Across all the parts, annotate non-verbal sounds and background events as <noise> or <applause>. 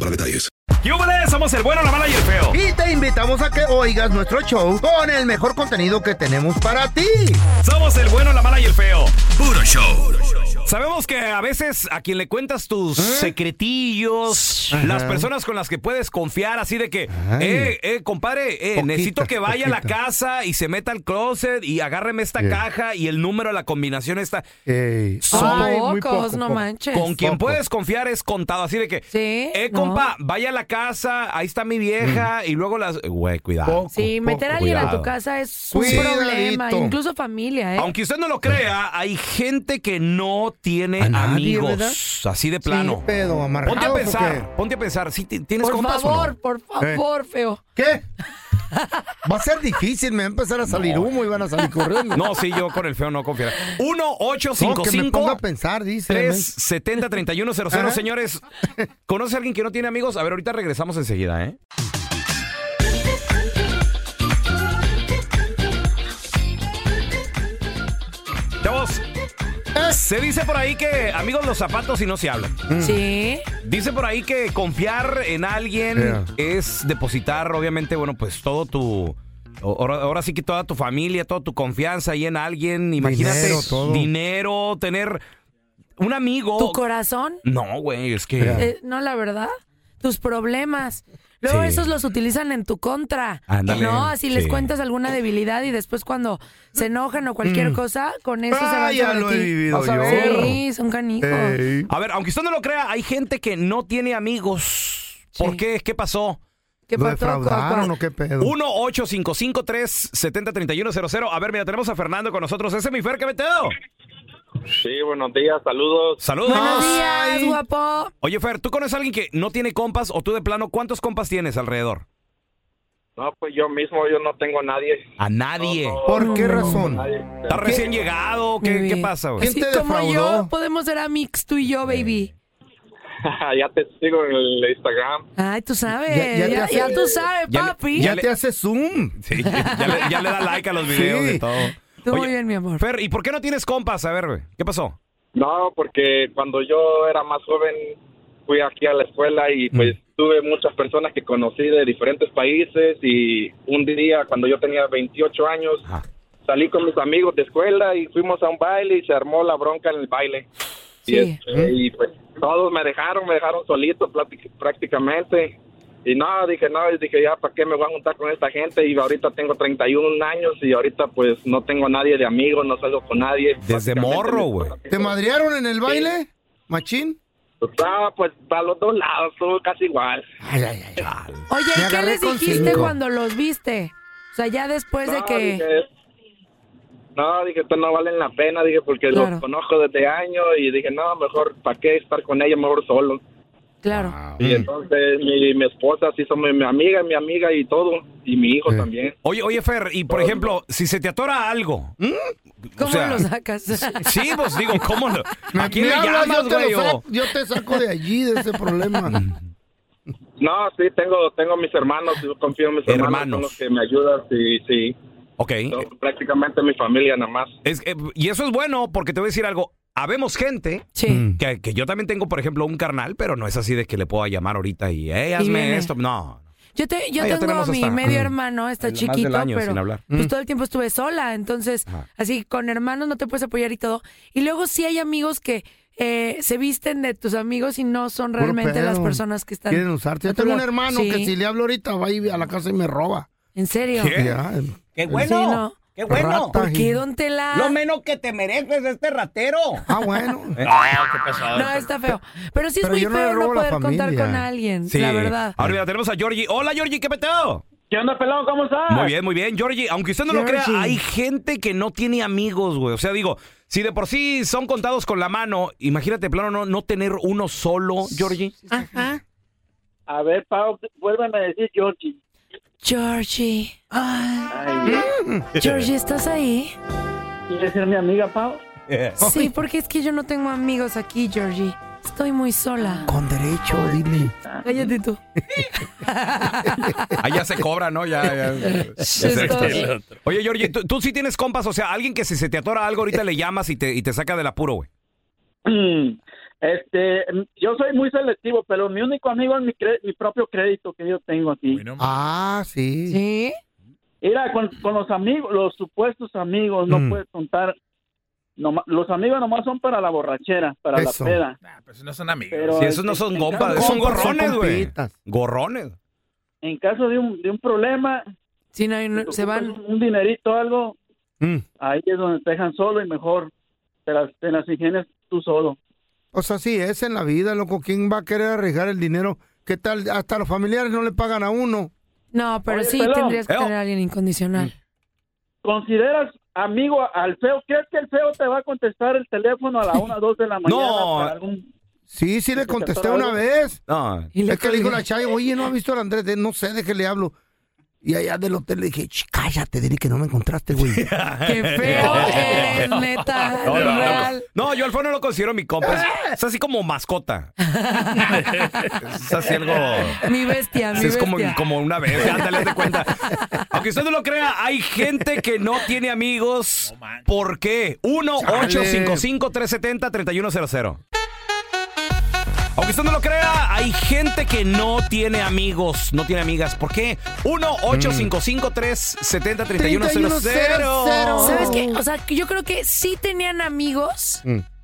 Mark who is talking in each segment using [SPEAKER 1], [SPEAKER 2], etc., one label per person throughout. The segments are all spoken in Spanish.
[SPEAKER 1] para detalles.
[SPEAKER 2] ¿Qué hubo de? Somos el bueno, la mala y el feo.
[SPEAKER 3] Y te invitamos a que oigas nuestro show con el mejor contenido que tenemos para ti.
[SPEAKER 2] Somos el bueno, la mala y el feo.
[SPEAKER 4] Puro show.
[SPEAKER 2] Sabemos que a veces a quien le cuentas tus
[SPEAKER 3] ¿Eh?
[SPEAKER 2] secretillos, las personas con las que puedes confiar, así de que,
[SPEAKER 3] Ay.
[SPEAKER 2] eh, eh, compadre, eh,
[SPEAKER 3] Poquita,
[SPEAKER 2] necesito que vaya a la
[SPEAKER 3] poquita.
[SPEAKER 2] casa y se meta al closet y agárreme esta caja y el número, la combinación esta.
[SPEAKER 3] Ey,
[SPEAKER 2] Ay,
[SPEAKER 3] muy poco,
[SPEAKER 5] Pocos, no
[SPEAKER 3] poco.
[SPEAKER 5] manches.
[SPEAKER 2] Con quien
[SPEAKER 3] Poco.
[SPEAKER 2] puedes confiar es contado, así de que,
[SPEAKER 5] Sí,
[SPEAKER 2] eh,
[SPEAKER 5] no.
[SPEAKER 2] compa, vaya a la casa, ahí está mi vieja, y luego las. Güey, cuidado.
[SPEAKER 3] Poco,
[SPEAKER 5] Sí, meter a
[SPEAKER 3] poco.
[SPEAKER 5] alguien a
[SPEAKER 2] Cuidado.
[SPEAKER 5] tu casa es un
[SPEAKER 3] Cuidadito.
[SPEAKER 5] problema, incluso familia, ¿eh?
[SPEAKER 2] Aunque usted no lo crea, hay gente que no tiene
[SPEAKER 3] A nadie,
[SPEAKER 2] amigos.
[SPEAKER 3] ¿verdad?
[SPEAKER 2] Así de plano.
[SPEAKER 3] ¿Qué pedo, amarrados
[SPEAKER 2] Ponte a
[SPEAKER 3] o
[SPEAKER 2] pensar, ponte a pensar, si ti- tienes
[SPEAKER 5] por
[SPEAKER 2] compas o no?
[SPEAKER 5] favor, por
[SPEAKER 3] Eh.
[SPEAKER 5] favor, feo.
[SPEAKER 3] qué? ¿Qué? Va a ser difícil, me va a empezar a salir humo y van a salir corriendo.
[SPEAKER 2] <laughs> No, sí, yo con el feo no confiaré. 1
[SPEAKER 3] No, que me ponga a
[SPEAKER 2] 855
[SPEAKER 3] pensar, dice.
[SPEAKER 2] 370 3100 señores. ¿Conoce a alguien que no tiene amigos? A ver, ahorita regresamos enseguida, ¿eh? Chavos, se dice por ahí que amigos los zapatos y no se hablan.
[SPEAKER 5] Sí.
[SPEAKER 2] Dice por ahí que confiar en alguien
[SPEAKER 3] Yeah.
[SPEAKER 2] es depositar, obviamente, bueno, pues todo tu. o- Ahora, ahora sí que toda tu familia, toda tu confianza ahí en alguien. Imagínate
[SPEAKER 3] Dinero, todo.
[SPEAKER 2] dinero, tener un amigo.
[SPEAKER 5] Tu corazón,
[SPEAKER 2] no, güey, es que.
[SPEAKER 3] Yeah.
[SPEAKER 5] eh, no, la verdad, tus problemas. Luego
[SPEAKER 2] Sí.
[SPEAKER 5] esos los utilizan en tu contra.
[SPEAKER 2] Ándale,
[SPEAKER 5] No, así les
[SPEAKER 2] sí.
[SPEAKER 5] cuentas alguna debilidad y después cuando se enojan o cualquier cosa, con eso se
[SPEAKER 3] Mm. Ah,
[SPEAKER 5] van
[SPEAKER 3] ya
[SPEAKER 5] sobre
[SPEAKER 3] lo he
[SPEAKER 5] ti.
[SPEAKER 3] vivido
[SPEAKER 5] Vas a
[SPEAKER 3] yo.
[SPEAKER 5] ver. Sí, son canijos.
[SPEAKER 3] Ey.
[SPEAKER 2] A ver, aunque usted no lo crea, hay gente que no tiene amigos. ¿Por
[SPEAKER 5] Sí.
[SPEAKER 2] qué? ¿Qué pasó?
[SPEAKER 5] ¿Qué
[SPEAKER 3] ¿Lo
[SPEAKER 5] pasó,
[SPEAKER 3] defraudaron
[SPEAKER 5] Cuacuá?
[SPEAKER 3] o qué pedo?
[SPEAKER 2] 1-855-370-3100. A ver, mira, tenemos a Fernando con nosotros. Ese es mi Fer, ¿qué meteo?
[SPEAKER 6] Sí, buenos días, saludos.
[SPEAKER 2] Saludos.
[SPEAKER 5] Buenos
[SPEAKER 3] Ay.
[SPEAKER 5] días, guapo.
[SPEAKER 2] Oye, Fer, ¿tú conoces a alguien que no tiene compas o tú de plano cuántos compas tienes alrededor?
[SPEAKER 6] No, pues yo mismo, yo no tengo a nadie.
[SPEAKER 2] A nadie.
[SPEAKER 6] No, no,
[SPEAKER 3] ¿Por qué
[SPEAKER 5] No, no,
[SPEAKER 3] razón?
[SPEAKER 6] nadie.
[SPEAKER 2] ¿Está recién llegado? ¿Qué,
[SPEAKER 5] Muy
[SPEAKER 2] qué
[SPEAKER 5] bien.
[SPEAKER 2] pasa, güey?
[SPEAKER 3] ¿Quién
[SPEAKER 5] Así
[SPEAKER 3] te
[SPEAKER 5] como
[SPEAKER 3] defraudó?
[SPEAKER 5] yo, podemos ser amigos tú y yo, baby.
[SPEAKER 6] <laughs> ya te sigo en el Instagram.
[SPEAKER 5] Ay, tú sabes.
[SPEAKER 3] Ya- ya
[SPEAKER 5] Ya,
[SPEAKER 3] te
[SPEAKER 5] ya,
[SPEAKER 3] hace-
[SPEAKER 5] tú sabes,
[SPEAKER 2] ya le-
[SPEAKER 5] papi.
[SPEAKER 3] Ya
[SPEAKER 2] le-
[SPEAKER 3] te hace zoom.
[SPEAKER 2] Sí, ya, le, ya le da
[SPEAKER 6] <laughs>
[SPEAKER 2] like a los videos
[SPEAKER 3] Sí.
[SPEAKER 2] y todo.
[SPEAKER 5] Tú muy
[SPEAKER 2] Oye,
[SPEAKER 5] bien, mi amor.
[SPEAKER 2] Fer, ¿y por qué no tienes compas? A ver, güey, ¿qué pasó?
[SPEAKER 6] No, porque cuando yo era más joven fui aquí a la escuela
[SPEAKER 2] Mm.
[SPEAKER 6] y pues tuve muchas personas que conocí de diferentes países y un día cuando yo tenía 28 años
[SPEAKER 2] Ajá.
[SPEAKER 6] salí con mis amigos de escuela y fuimos a un baile y se armó la bronca en el baile.
[SPEAKER 5] Sí.
[SPEAKER 6] Y, este, y, pues todos me dejaron, me dejaron solito plati- prácticamente. Y no, dije, no, y dije, ya, ¿para qué me voy a juntar con esta gente? Y ahorita tengo 31 años y ahorita pues no tengo a nadie de amigos, no salgo con nadie.
[SPEAKER 2] Desde
[SPEAKER 6] Prácticamente
[SPEAKER 2] morro,
[SPEAKER 6] me-
[SPEAKER 2] güey.
[SPEAKER 3] ¿Te madrearon en el baile? ¿Machín?
[SPEAKER 6] Ah, pues para los dos lados, todo casi igual.
[SPEAKER 3] Ay, ay, ay.
[SPEAKER 5] Oye,
[SPEAKER 3] Me
[SPEAKER 5] ¿y ¿qué
[SPEAKER 3] agarré
[SPEAKER 5] les
[SPEAKER 3] con
[SPEAKER 5] dijiste
[SPEAKER 3] cinco.
[SPEAKER 5] cuando los viste? O sea, ya después de
[SPEAKER 6] No,
[SPEAKER 5] que...
[SPEAKER 6] dije, no, dije, esto no valen la pena, dije, porque
[SPEAKER 5] Claro.
[SPEAKER 6] los conozco desde años y dije, no, mejor, ¿para qué estar con ellos? Mejor solo.
[SPEAKER 5] Claro.
[SPEAKER 6] Y entonces mi, mi esposa sí son mi, mi amiga, mi amiga y todo, y mi hijo también.
[SPEAKER 2] Oye, oye, Fer, y por ejemplo, Oh, si se te atora algo, ¿m?
[SPEAKER 3] ¿Mm?
[SPEAKER 2] O
[SPEAKER 5] ¿Cómo
[SPEAKER 2] sea,
[SPEAKER 5] lo sacas?
[SPEAKER 2] Sí, pues digo, ¿cómo lo?
[SPEAKER 3] <laughs>
[SPEAKER 2] ¿A quién
[SPEAKER 3] Me
[SPEAKER 2] le
[SPEAKER 3] hablas,
[SPEAKER 2] llamas,
[SPEAKER 3] yo, te
[SPEAKER 2] güey?
[SPEAKER 3] lo
[SPEAKER 2] o- Mm.
[SPEAKER 3] saco, yo te saco de allí, de ese
[SPEAKER 2] <laughs>
[SPEAKER 3] problema.
[SPEAKER 6] No, sí, tengo tengo mis hermanos, yo confío en mis hermanos,
[SPEAKER 2] Hermanos.
[SPEAKER 6] son los que me ayudan, sí, sí.
[SPEAKER 2] Ok.
[SPEAKER 6] Son prácticamente mi familia nada más.
[SPEAKER 2] Es- eh, y eso es bueno porque te voy a decir algo. Habemos gente
[SPEAKER 5] Sí.
[SPEAKER 2] que, que yo también tengo, por ejemplo, un carnal, pero no es así de que le pueda llamar ahorita y, hey, hazme
[SPEAKER 5] viene.
[SPEAKER 2] esto. No.
[SPEAKER 5] Yo, te, yo
[SPEAKER 2] Ah,
[SPEAKER 5] tengo
[SPEAKER 2] ya
[SPEAKER 5] a
[SPEAKER 2] tenemos
[SPEAKER 5] mi
[SPEAKER 2] hasta-
[SPEAKER 5] medio
[SPEAKER 2] Mm.
[SPEAKER 5] hermano, está
[SPEAKER 2] El- más
[SPEAKER 5] chiquito,
[SPEAKER 2] del año
[SPEAKER 5] pero
[SPEAKER 2] sin hablar.
[SPEAKER 3] Mm.
[SPEAKER 5] pues todo el tiempo estuve sola, entonces
[SPEAKER 3] Ah.
[SPEAKER 2] Ajá.
[SPEAKER 5] así con hermanos no te puedes apoyar y todo. Y luego sí hay amigos que eh, se visten de tus amigos y no son
[SPEAKER 3] Puro
[SPEAKER 5] realmente las
[SPEAKER 3] pedo.
[SPEAKER 5] personas que están.
[SPEAKER 3] Quieren usarte. Yo
[SPEAKER 5] a tu
[SPEAKER 3] tengo un
[SPEAKER 5] lado.
[SPEAKER 3] hermano
[SPEAKER 5] Sí,
[SPEAKER 3] que si le hablo ahorita va a ir a la casa y me roba.
[SPEAKER 5] ¿En serio?
[SPEAKER 2] ¿Qué?
[SPEAKER 3] Ya, el-
[SPEAKER 2] ¡Qué
[SPEAKER 5] Sí, no.
[SPEAKER 2] ¡Qué
[SPEAKER 3] Rata.
[SPEAKER 5] ¿Por qué, don Tela?
[SPEAKER 2] menos que te mereces este ratero.
[SPEAKER 3] Ah, bueno.
[SPEAKER 2] eh.
[SPEAKER 5] No, está feo. Pero sí es
[SPEAKER 3] Pero
[SPEAKER 5] muy
[SPEAKER 3] yo no le
[SPEAKER 5] feo no
[SPEAKER 3] robo a la
[SPEAKER 5] poder contar
[SPEAKER 3] familia.
[SPEAKER 5] con alguien,
[SPEAKER 2] Sí.
[SPEAKER 5] eh, la verdad.
[SPEAKER 2] Ahora mira, tenemos a Georgie. Hola, Georgie, ¿qué peteo?
[SPEAKER 6] ¿Qué onda, pelado? ¿Cómo estás?
[SPEAKER 2] Muy bien, muy bien. Georgie, aunque usted no lo
[SPEAKER 5] Georgie.
[SPEAKER 2] crea, hay gente que no tiene amigos, güey. O sea, digo, si de por sí son contados con la mano, imagínate, plano, no, no tener uno solo, Georgie.
[SPEAKER 5] Ajá.
[SPEAKER 6] A ver, Pau, vuelvan a decir Georgie. <clears throat>
[SPEAKER 5] Georgie. Georgie, ¿estás ahí?
[SPEAKER 6] ¿Quieres ser mi amiga, Pau?
[SPEAKER 5] Sí, porque es que yo no tengo amigos aquí, Georgie. Estoy muy sola.
[SPEAKER 3] Con derecho, dile.
[SPEAKER 5] Cállate tú.
[SPEAKER 2] Ahí ya se cobra, ¿no? Ya, ya.
[SPEAKER 5] Estoy-
[SPEAKER 2] Oye, Georgie, ¿tú, tú sí tienes compas, o sea, alguien que si se te atora algo, ahorita le llamas y te, y te saca del apuro, güey.
[SPEAKER 6] Este, yo soy muy selectivo, pero mi único amigo es mi, cre- mi propio crédito que yo tengo aquí.
[SPEAKER 3] Ah, sí.
[SPEAKER 5] ¿Sí?
[SPEAKER 6] Mira, con, con los amigos, los supuestos amigos,
[SPEAKER 3] Mm.
[SPEAKER 6] no puedes contar. Noma- los amigos nomás son para la borrachera, para
[SPEAKER 3] Eso.
[SPEAKER 6] la peda. pero
[SPEAKER 2] Si esos no
[SPEAKER 6] en-
[SPEAKER 2] son
[SPEAKER 6] en
[SPEAKER 2] compas,
[SPEAKER 6] caso-
[SPEAKER 2] son
[SPEAKER 3] compas, son
[SPEAKER 2] gorrones, güey.
[SPEAKER 3] compitas.
[SPEAKER 2] Gorrones.
[SPEAKER 6] En caso de un, de un problema,
[SPEAKER 5] Sí, no, no, se van.
[SPEAKER 6] un dinerito o algo,
[SPEAKER 3] Mm.
[SPEAKER 6] ahí es donde te dejan solo y mejor te las, te las ingenias tú solo.
[SPEAKER 3] O sea, sí, es en la vida, loco. ¿Quién va a querer arriesgar el dinero? ¿Qué tal? Hasta los familiares no le pagan a uno.
[SPEAKER 5] No, pero
[SPEAKER 6] Oye,
[SPEAKER 5] sí
[SPEAKER 6] pelón.
[SPEAKER 5] tendrías que
[SPEAKER 2] Eo.
[SPEAKER 5] tener a alguien incondicional.
[SPEAKER 6] ¿Consideras amigo al feo? ¿Crees que el feo te va a contestar el teléfono a la 1 o 2 de
[SPEAKER 7] <laughs>
[SPEAKER 6] la mañana?
[SPEAKER 2] No.
[SPEAKER 6] para algún-
[SPEAKER 3] Sí, sí le
[SPEAKER 6] ¿Te contestó
[SPEAKER 3] contesté una
[SPEAKER 6] algo?
[SPEAKER 3] vez.
[SPEAKER 2] No.
[SPEAKER 5] Y le
[SPEAKER 3] Es que le dijo
[SPEAKER 5] colgué.
[SPEAKER 3] la Chay, oye, no ha visto al Andrés, De- no sé de qué le hablo. Y allá del hotel le dije, "Ch, cállate, dile que no me encontraste, güey.
[SPEAKER 5] ¡Qué feo
[SPEAKER 2] <laughs>
[SPEAKER 5] eres, neta!
[SPEAKER 2] No, no, no,
[SPEAKER 5] real.
[SPEAKER 2] No, yo al fondo no lo considero mi compa. Es, es así
[SPEAKER 5] <laughs>
[SPEAKER 2] como mascota. es así algo.
[SPEAKER 3] Mm.
[SPEAKER 5] Mi bestia, mi
[SPEAKER 2] Es
[SPEAKER 5] bestia.
[SPEAKER 2] como, como una vez, ándale, haz de cuenta. Aunque usted no lo crea, hay gente que no tiene amigos. ¿Por qué? 1-855-370-3100. Aunque usted no lo crea, hay gente que no tiene amigos, no tiene amigas. ¿Por qué?
[SPEAKER 3] Mm.
[SPEAKER 2] 1-855-370-3100.
[SPEAKER 5] ¿Sabes qué? O sea, que yo creo que sí tenían amigos,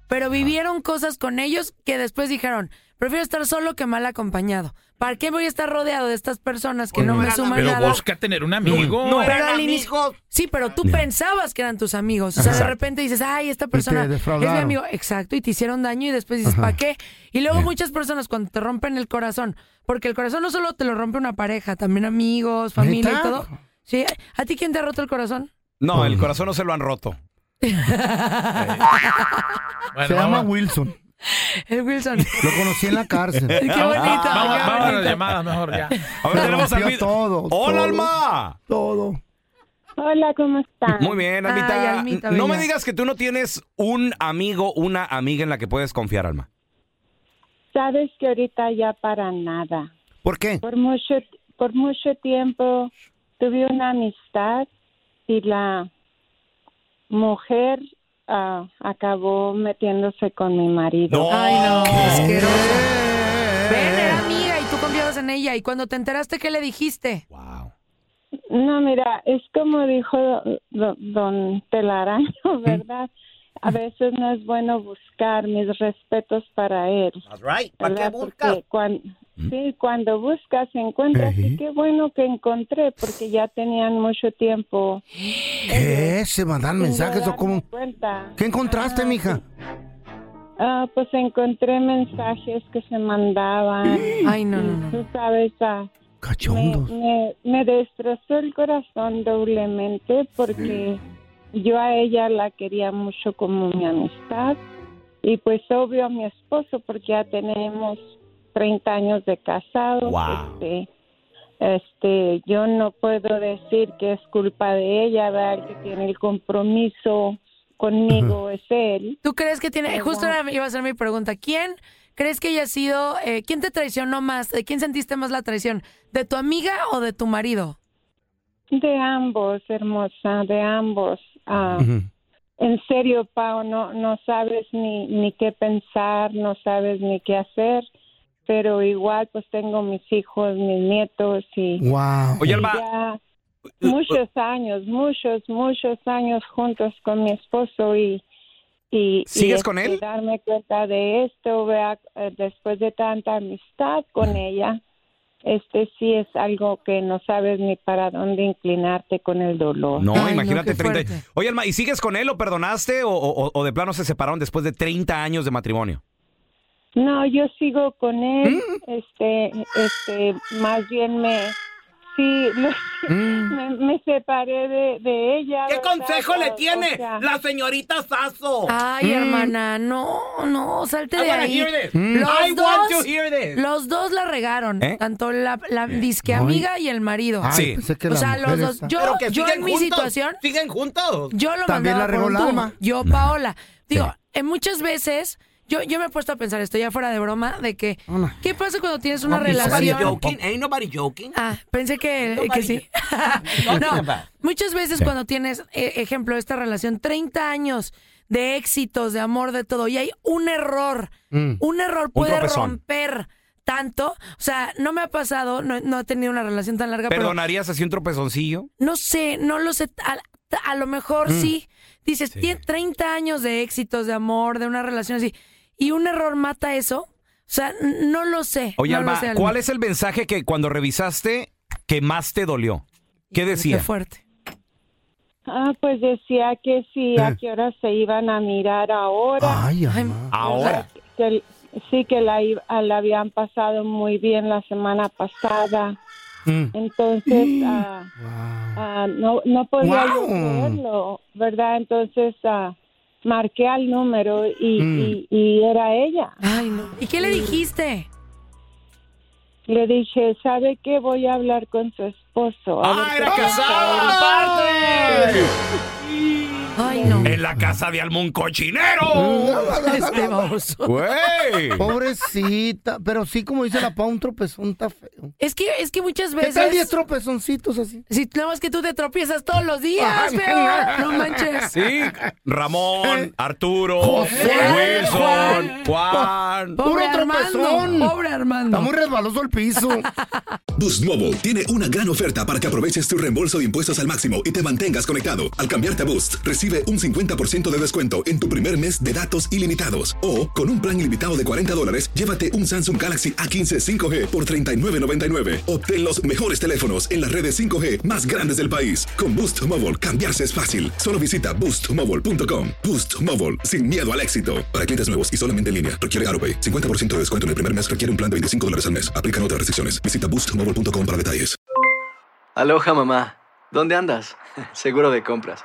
[SPEAKER 5] pero vivieron cosas con ellos que después dijeron, prefiero estar solo que mal acompañado. ¿Para qué voy a estar rodeado de estas personas que no me suman
[SPEAKER 8] Pero
[SPEAKER 5] nada?
[SPEAKER 8] busca tener un amigo.
[SPEAKER 2] No,
[SPEAKER 5] Pero al inicio, sí, pero tú pensabas que eran tus amigos. O sea, de repente dices, ay, esta persona es mi
[SPEAKER 3] defraudaron.
[SPEAKER 5] amigo. Exacto, y te hicieron daño y después dices, ¿para qué? Y luego muchas personas cuando te rompen el corazón, porque el corazón no solo te lo rompe una pareja, también amigos, familia
[SPEAKER 3] ¿Neta?
[SPEAKER 5] y todo. Sí, ¿a ti quién te ha roto el corazón?
[SPEAKER 2] No,
[SPEAKER 3] Mm.
[SPEAKER 2] el corazón no se lo
[SPEAKER 3] <laughs>
[SPEAKER 2] han roto. Eh.
[SPEAKER 8] Bueno,
[SPEAKER 3] Se llama
[SPEAKER 8] vamos-
[SPEAKER 3] Wilson.
[SPEAKER 5] El
[SPEAKER 9] <laughs>
[SPEAKER 5] Wilson.
[SPEAKER 3] Lo conocí en la cárcel.
[SPEAKER 5] Qué bonito.
[SPEAKER 8] Ah, vamos-
[SPEAKER 5] qué
[SPEAKER 8] vamos a
[SPEAKER 5] bonito.
[SPEAKER 8] las llamadas mejor ya.
[SPEAKER 2] A ver, tenemos a
[SPEAKER 3] rompió
[SPEAKER 2] Almita.
[SPEAKER 3] todo, todo.
[SPEAKER 2] ¡Hola, Alma!
[SPEAKER 3] Todo.
[SPEAKER 9] Hola, ¿cómo estás?
[SPEAKER 2] Muy bien, Almita.
[SPEAKER 5] Ay, Almita,
[SPEAKER 2] no me
[SPEAKER 5] bella.
[SPEAKER 2] digas que tú no tienes un amigo, una amiga en la que puedes confiar, Alma.
[SPEAKER 9] Sabes que ahorita ya para nada.
[SPEAKER 3] ¿Por qué?
[SPEAKER 9] Por mucho, por mucho tiempo tuve una amistad y la mujer ah, acabó metiéndose con mi marido.
[SPEAKER 5] Ay, no, asqueroso. Ven, era amiga y tú confiabas en ella. Y cuando te enteraste, ¿qué le dijiste?
[SPEAKER 2] Wow.
[SPEAKER 9] No, mira, es como dijo do- don Telaraño, ¿verdad? A veces no es bueno buscar mis respetos para él. ¿verdad? Porque cuan- sí, cuando buscas encuentras y qué bueno que encontré porque ya tenían mucho tiempo.
[SPEAKER 3] ¿Qué? ¿Se mandan
[SPEAKER 9] sin yo
[SPEAKER 3] mensajes o
[SPEAKER 9] darme
[SPEAKER 3] cómo?
[SPEAKER 9] cuenta.
[SPEAKER 3] ¿Qué encontraste, mija?
[SPEAKER 9] Ah, pues encontré mensajes que se mandaban.
[SPEAKER 5] <gasps> Ay, no, no, no.
[SPEAKER 9] Tú sabes, ah, me,
[SPEAKER 3] Cachondos.
[SPEAKER 9] me, me destrozó el corazón doblemente porque yo a ella la quería mucho como mi amistad y pues obvio a mi esposo porque ya tenemos 30 años de casado.
[SPEAKER 10] Wow.
[SPEAKER 9] Este, este, yo no puedo decir que es culpa de ella, ¿verdad? El que tiene el compromiso conmigo es él.
[SPEAKER 5] ¿Tú crees que tiene, justo
[SPEAKER 9] Ajá.
[SPEAKER 5] era- iba a ser mi pregunta, ¿quién crees que haya sido, eh, quién te traicionó más, de quién sentiste más la traición, de tu amiga o de tu marido?
[SPEAKER 9] De ambos, hermosa, de ambos. Ah, En serio, Pau, no, no sabes ni, ni qué pensar, no sabes ni qué hacer, pero igual pues tengo mis hijos, mis nietos y...
[SPEAKER 3] Wow.
[SPEAKER 2] Oye, Alba. eh,
[SPEAKER 9] Ya muchos años, muchos, muchos años juntos con mi esposo y... y y,
[SPEAKER 2] ¿Sigues
[SPEAKER 9] este,
[SPEAKER 2] con él?
[SPEAKER 9] Darme cuenta de esto, vea, eh, después de tanta amistad con ella, este sí es algo que no sabes ni para dónde inclinarte con el dolor.
[SPEAKER 2] No, Oh, imagínate 30. Oye, Alma, ¿y sigues con él? ¿Lo perdonaste o, o- o de plano se separaron después de 30 años de matrimonio?
[SPEAKER 9] No, yo sigo con él.
[SPEAKER 2] Mm.
[SPEAKER 9] Este, este, más bien me, sí, <laughs> lo-
[SPEAKER 2] Mm.
[SPEAKER 9] me, me separé de, de ella.
[SPEAKER 11] ¿Qué
[SPEAKER 9] ¿verdad?
[SPEAKER 11] consejo le
[SPEAKER 9] O- o
[SPEAKER 11] tiene
[SPEAKER 9] sea,
[SPEAKER 11] la señorita Sazo?
[SPEAKER 5] Ay, hermana, no, no, salte
[SPEAKER 11] Mm. I
[SPEAKER 5] de
[SPEAKER 11] wanna
[SPEAKER 5] ahí.
[SPEAKER 11] hear this. I want to hear this.
[SPEAKER 5] los dos la regaron,
[SPEAKER 11] ¿Eh?
[SPEAKER 5] tanto la, la disque
[SPEAKER 11] Ay. Ah,
[SPEAKER 5] amiga y el marido.
[SPEAKER 3] Ay, Sí. pensé que
[SPEAKER 5] o
[SPEAKER 3] la
[SPEAKER 5] sea,
[SPEAKER 3] mujer
[SPEAKER 5] los dos.
[SPEAKER 3] está-
[SPEAKER 5] Yo,
[SPEAKER 11] Pero que
[SPEAKER 5] yo
[SPEAKER 11] siguen
[SPEAKER 5] en mi
[SPEAKER 11] juntos,
[SPEAKER 5] situación.
[SPEAKER 11] ¿Siguen juntos?
[SPEAKER 5] Yo lo
[SPEAKER 11] También
[SPEAKER 5] mandaba
[SPEAKER 11] la regó
[SPEAKER 5] por un
[SPEAKER 11] la
[SPEAKER 5] tubo.
[SPEAKER 11] alma.
[SPEAKER 5] Yo, Paola. Digo, en muchas veces. Yo, yo me he puesto a pensar esto ya fuera de broma, de que, ¿qué pasa cuando tienes una
[SPEAKER 2] pues,
[SPEAKER 11] Ain't nobody
[SPEAKER 5] relación?
[SPEAKER 11] joking. Ain't nobody joking.
[SPEAKER 5] Ah, pensé que, que sí. <laughs>
[SPEAKER 11] <laughs> No.
[SPEAKER 5] Muchas veces cuando tienes, eh, ejemplo, esta relación, 30 años de éxitos, de amor, de todo, y hay un error,
[SPEAKER 10] Mm.
[SPEAKER 5] un error
[SPEAKER 10] Un
[SPEAKER 5] puede
[SPEAKER 10] tropezón.
[SPEAKER 5] romper tanto. O sea, no me ha pasado, no, no he tenido una relación tan larga, pero
[SPEAKER 2] ¿Perdonarías así un tropezoncillo?
[SPEAKER 5] no sé, no lo sé. A, a lo mejor
[SPEAKER 2] Mm.
[SPEAKER 5] sí. Dices, tiene 30 años de éxitos, de amor, de una relación así, y un error mata eso. O sea, n- no lo sé.
[SPEAKER 2] Oye,
[SPEAKER 5] no lo
[SPEAKER 2] Alba,
[SPEAKER 5] sé, Alma.
[SPEAKER 2] ¿cuál es el mensaje que cuando revisaste que más te dolió? ¿Qué decía?
[SPEAKER 5] fuerte.
[SPEAKER 9] Ah, pues decía que sí,
[SPEAKER 2] Eh.
[SPEAKER 9] a qué hora se iban a mirar ahora.
[SPEAKER 2] Ahora.
[SPEAKER 9] Que- sí, que la, i- a- la habían pasado muy bien la semana pasada.
[SPEAKER 10] Mm.
[SPEAKER 9] Entonces, ah, ah, no, no podía yo
[SPEAKER 10] Wow.
[SPEAKER 9] creerlo, ¿verdad? Entonces, ah, marqué al número y,
[SPEAKER 10] Mm.
[SPEAKER 9] y- y era ella.
[SPEAKER 5] Ay, no. ¿Y qué le dijiste?
[SPEAKER 9] Le dije, ¿sabe qué? Voy a hablar con su esposo. A
[SPEAKER 10] Ah,
[SPEAKER 2] Ah,
[SPEAKER 9] ver qué piensa él".
[SPEAKER 5] Ay, no.
[SPEAKER 2] En la casa de
[SPEAKER 5] <laughs>
[SPEAKER 2] algún cochinero.
[SPEAKER 5] Este baboso.
[SPEAKER 2] Güey.
[SPEAKER 3] Pobrecita, pero sí, como dice la pa, un tropezón está feo.
[SPEAKER 5] Es que, es que muchas
[SPEAKER 3] ¿Qué
[SPEAKER 5] veces.
[SPEAKER 3] tal 10 tropezoncitos así?
[SPEAKER 5] Si no es que tú te tropiezas todos los días,
[SPEAKER 3] Ay,
[SPEAKER 5] feo. No manches.
[SPEAKER 2] Sí. Ramón, Arturo,
[SPEAKER 3] José,
[SPEAKER 2] Wilson, Juan.
[SPEAKER 5] Pobre
[SPEAKER 3] Puro
[SPEAKER 5] Armando,
[SPEAKER 3] tropezón.
[SPEAKER 5] pobre Armando.
[SPEAKER 3] Está muy resbaloso el piso.
[SPEAKER 5] <laughs>
[SPEAKER 1] Boost Mobile tiene una gran oferta para que aproveches tu reembolso de impuestos al máximo y te mantengas conectado. Al cambiarte a Boost, recibe un 50% de descuento en tu primer mes de datos ilimitados. O, con un plan ilimitado de 40 dólares, llévate un Samsung Galaxy A15 5G por 39.99. Obtén los mejores teléfonos en las redes 5G más grandes del país. Con Boost Mobile, cambiarse es fácil. Solo visita boostmobile.com. Boost Mobile, sin miedo al éxito. Para clientes nuevos y solamente en línea, requiere AroPay. 50% de descuento en el primer mes requiere un plan de 25 dólares al mes. Aplican otras restricciones. Visita boostmobile.com para detalles.
[SPEAKER 12] Aloha mamá, ¿dónde andas? <laughs> Seguro de compras.